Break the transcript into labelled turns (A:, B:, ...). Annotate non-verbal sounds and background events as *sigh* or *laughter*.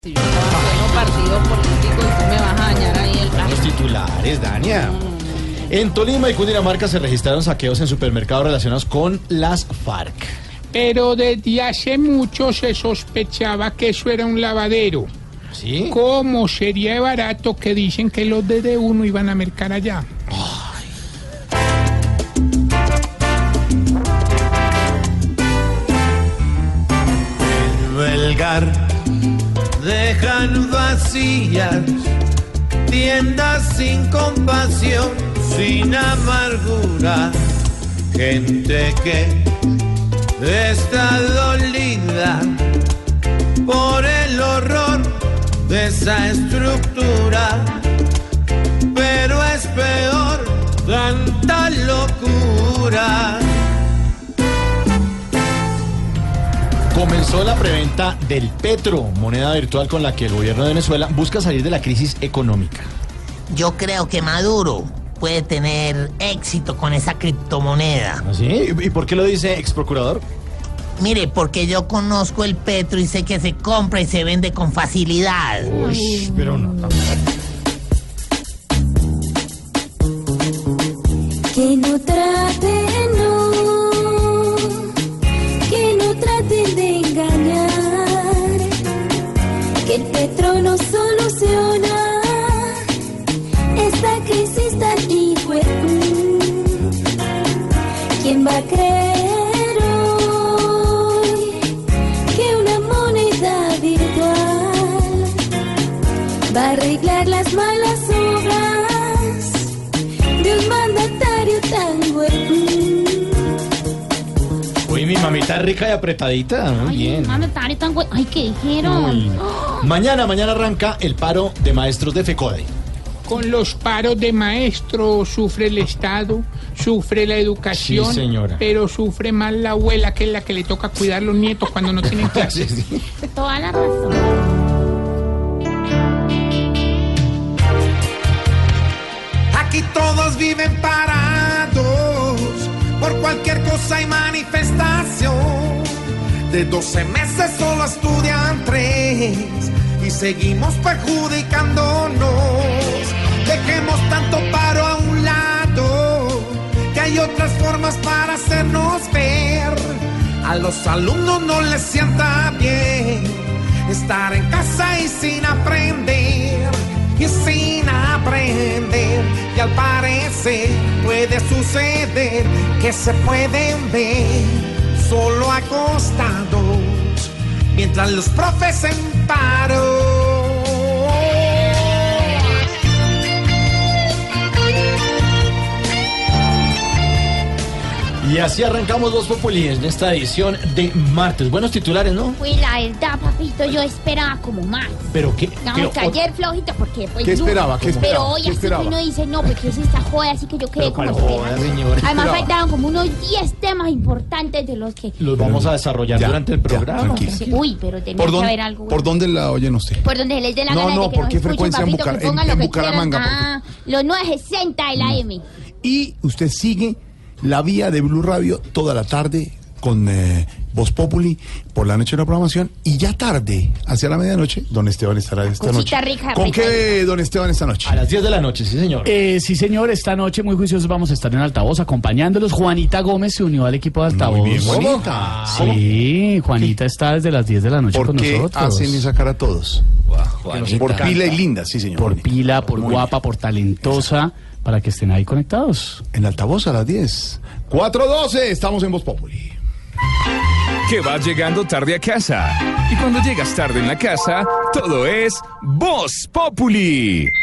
A: Si yo tengo partido político y tú me vas a dañar ahí el
B: Los titulares, Dania. En Tolima y Cundinamarca se registraron saqueos en supermercados relacionados con las FARC.
C: Pero desde hace mucho se sospechaba que eso era un lavadero.
B: ¿Sí?
C: ¿Cómo sería de barato que dicen que los de uno iban a mercar allá?
D: belgar dejan vacías tiendas sin compasión, sin amargura, gente que está dolida por el horror de esa estructura, pero es peor tanta locura.
B: Comenzó la preventa del Petro, moneda virtual con la que el gobierno de Venezuela busca salir de la crisis económica.
E: Yo creo que Maduro puede tener éxito con esa criptomoneda.
F: ¿Ah,
B: ¿Sí? ¿Y por qué lo dice ex procurador?
E: Mire, porque yo conozco el Petro y sé que se compra y se vende con facilidad.
B: Uy, pero no. no.
G: Que no traten, no, que no traten de engañar, que el petróleo soluciona esta crisis tan hijuepu. ¿Quién va a creer hoy que una moneda virtual va a arreglar las malas obras de un mandatario tan huepudo?
B: Uy, mi mamita rica y apretadita. Muy bien.
A: Mami, tan tan güey. Ay, ¿qué dijeron?
B: Mañana, mañana arranca el paro de maestros de FECODE.
C: Con los paros de maestros sufre el Estado, sufre la educación,
B: Sí, señora.
C: pero sufre más la abuela que es la que le toca cuidar los nietos cuando
H: *laughs*
C: no tienen clases.
A: Toda la razón.
D: Aquí todos viven parados por cualquier cosa y manifestación. De 12 meses solo estudian tres y seguimos perjudicándonos. Dejemos tanto paro a un lado, que hay otras formas para hacernos ver. A los alumnos no les sienta bien estar en casa y sin aprender y sin aprender. Y al parecer puede suceder que se pueden ver solo acostados mientras los profes en paro.
B: Y así arrancamos los populines en esta edición de martes. Buenos titulares, ¿no?
I: Pues la verdad, papito, yo esperaba como más.
B: Pero qué.
I: No,
B: qué-
I: que ayer flojito porque pues
F: ¿Qué esperaba? ¿Qué
I: Pero
F: esperaba?
I: hoy
F: ¿Qué
I: así que
F: esperaba?
I: uno dice, no, pues que es esta joda, así que yo quedé
B: Pero cuál
I: como
B: joda,
I: que-
B: señora.
I: Además
B: Esperaba.
I: faltaban como unos 10 temas importantes de los que...
B: Los vamos a desarrollar
F: Ya,
B: durante el
F: ya,
B: programa.
F: tranquilo.
I: Uy, pero tenía
F: ¿Por
I: que
F: dónde,
I: haber algo.
F: ¿Por dónde la oyen usted?
I: Por donde les dé la
F: No,
I: gana
F: no,
I: de que
F: ¿por
I: nos
F: qué
I: escuchen,
F: frecuencia en
I: papito,
F: Bucar-
I: que
F: en-
I: pongan lo
F: en
I: que quieran.
F: Bucaramanga, Mm.
I: Ah, los 960 de la M.
F: Y usted sigue la vía de Blue Radio toda la tarde con eh, Voz Populi, por la noche en la programación, y ya tarde, hacia la medianoche, don Esteban estará esta
I: Cosita
F: noche.
I: rica,
F: ¿Con
I: rica,
F: qué, don Esteban, esta noche?
B: A las 10 de la noche, sí, señor.
H: Eh, sí, señor, esta noche muy juiciosos vamos a estar en altavoz acompañándolos. Juanita Gómez se unió al equipo de altavoz.
F: Muy bien,
B: Bonita.
F: bonita.
H: Sí, Juanita está desde las 10 de la noche
F: ¿Por
H: con
F: qué
H: nosotros.
F: hacen esa cara a todos? Por pila y linda, sí, señor.
H: Por pila, por guapa, por talentosa, para que estén ahí conectados.
F: En altavoz a las 10. 4.12, estamos en Voz Populi.
J: que vas llegando tarde a casa. Y cuando llegas tarde en la casa, todo es Voz Populi.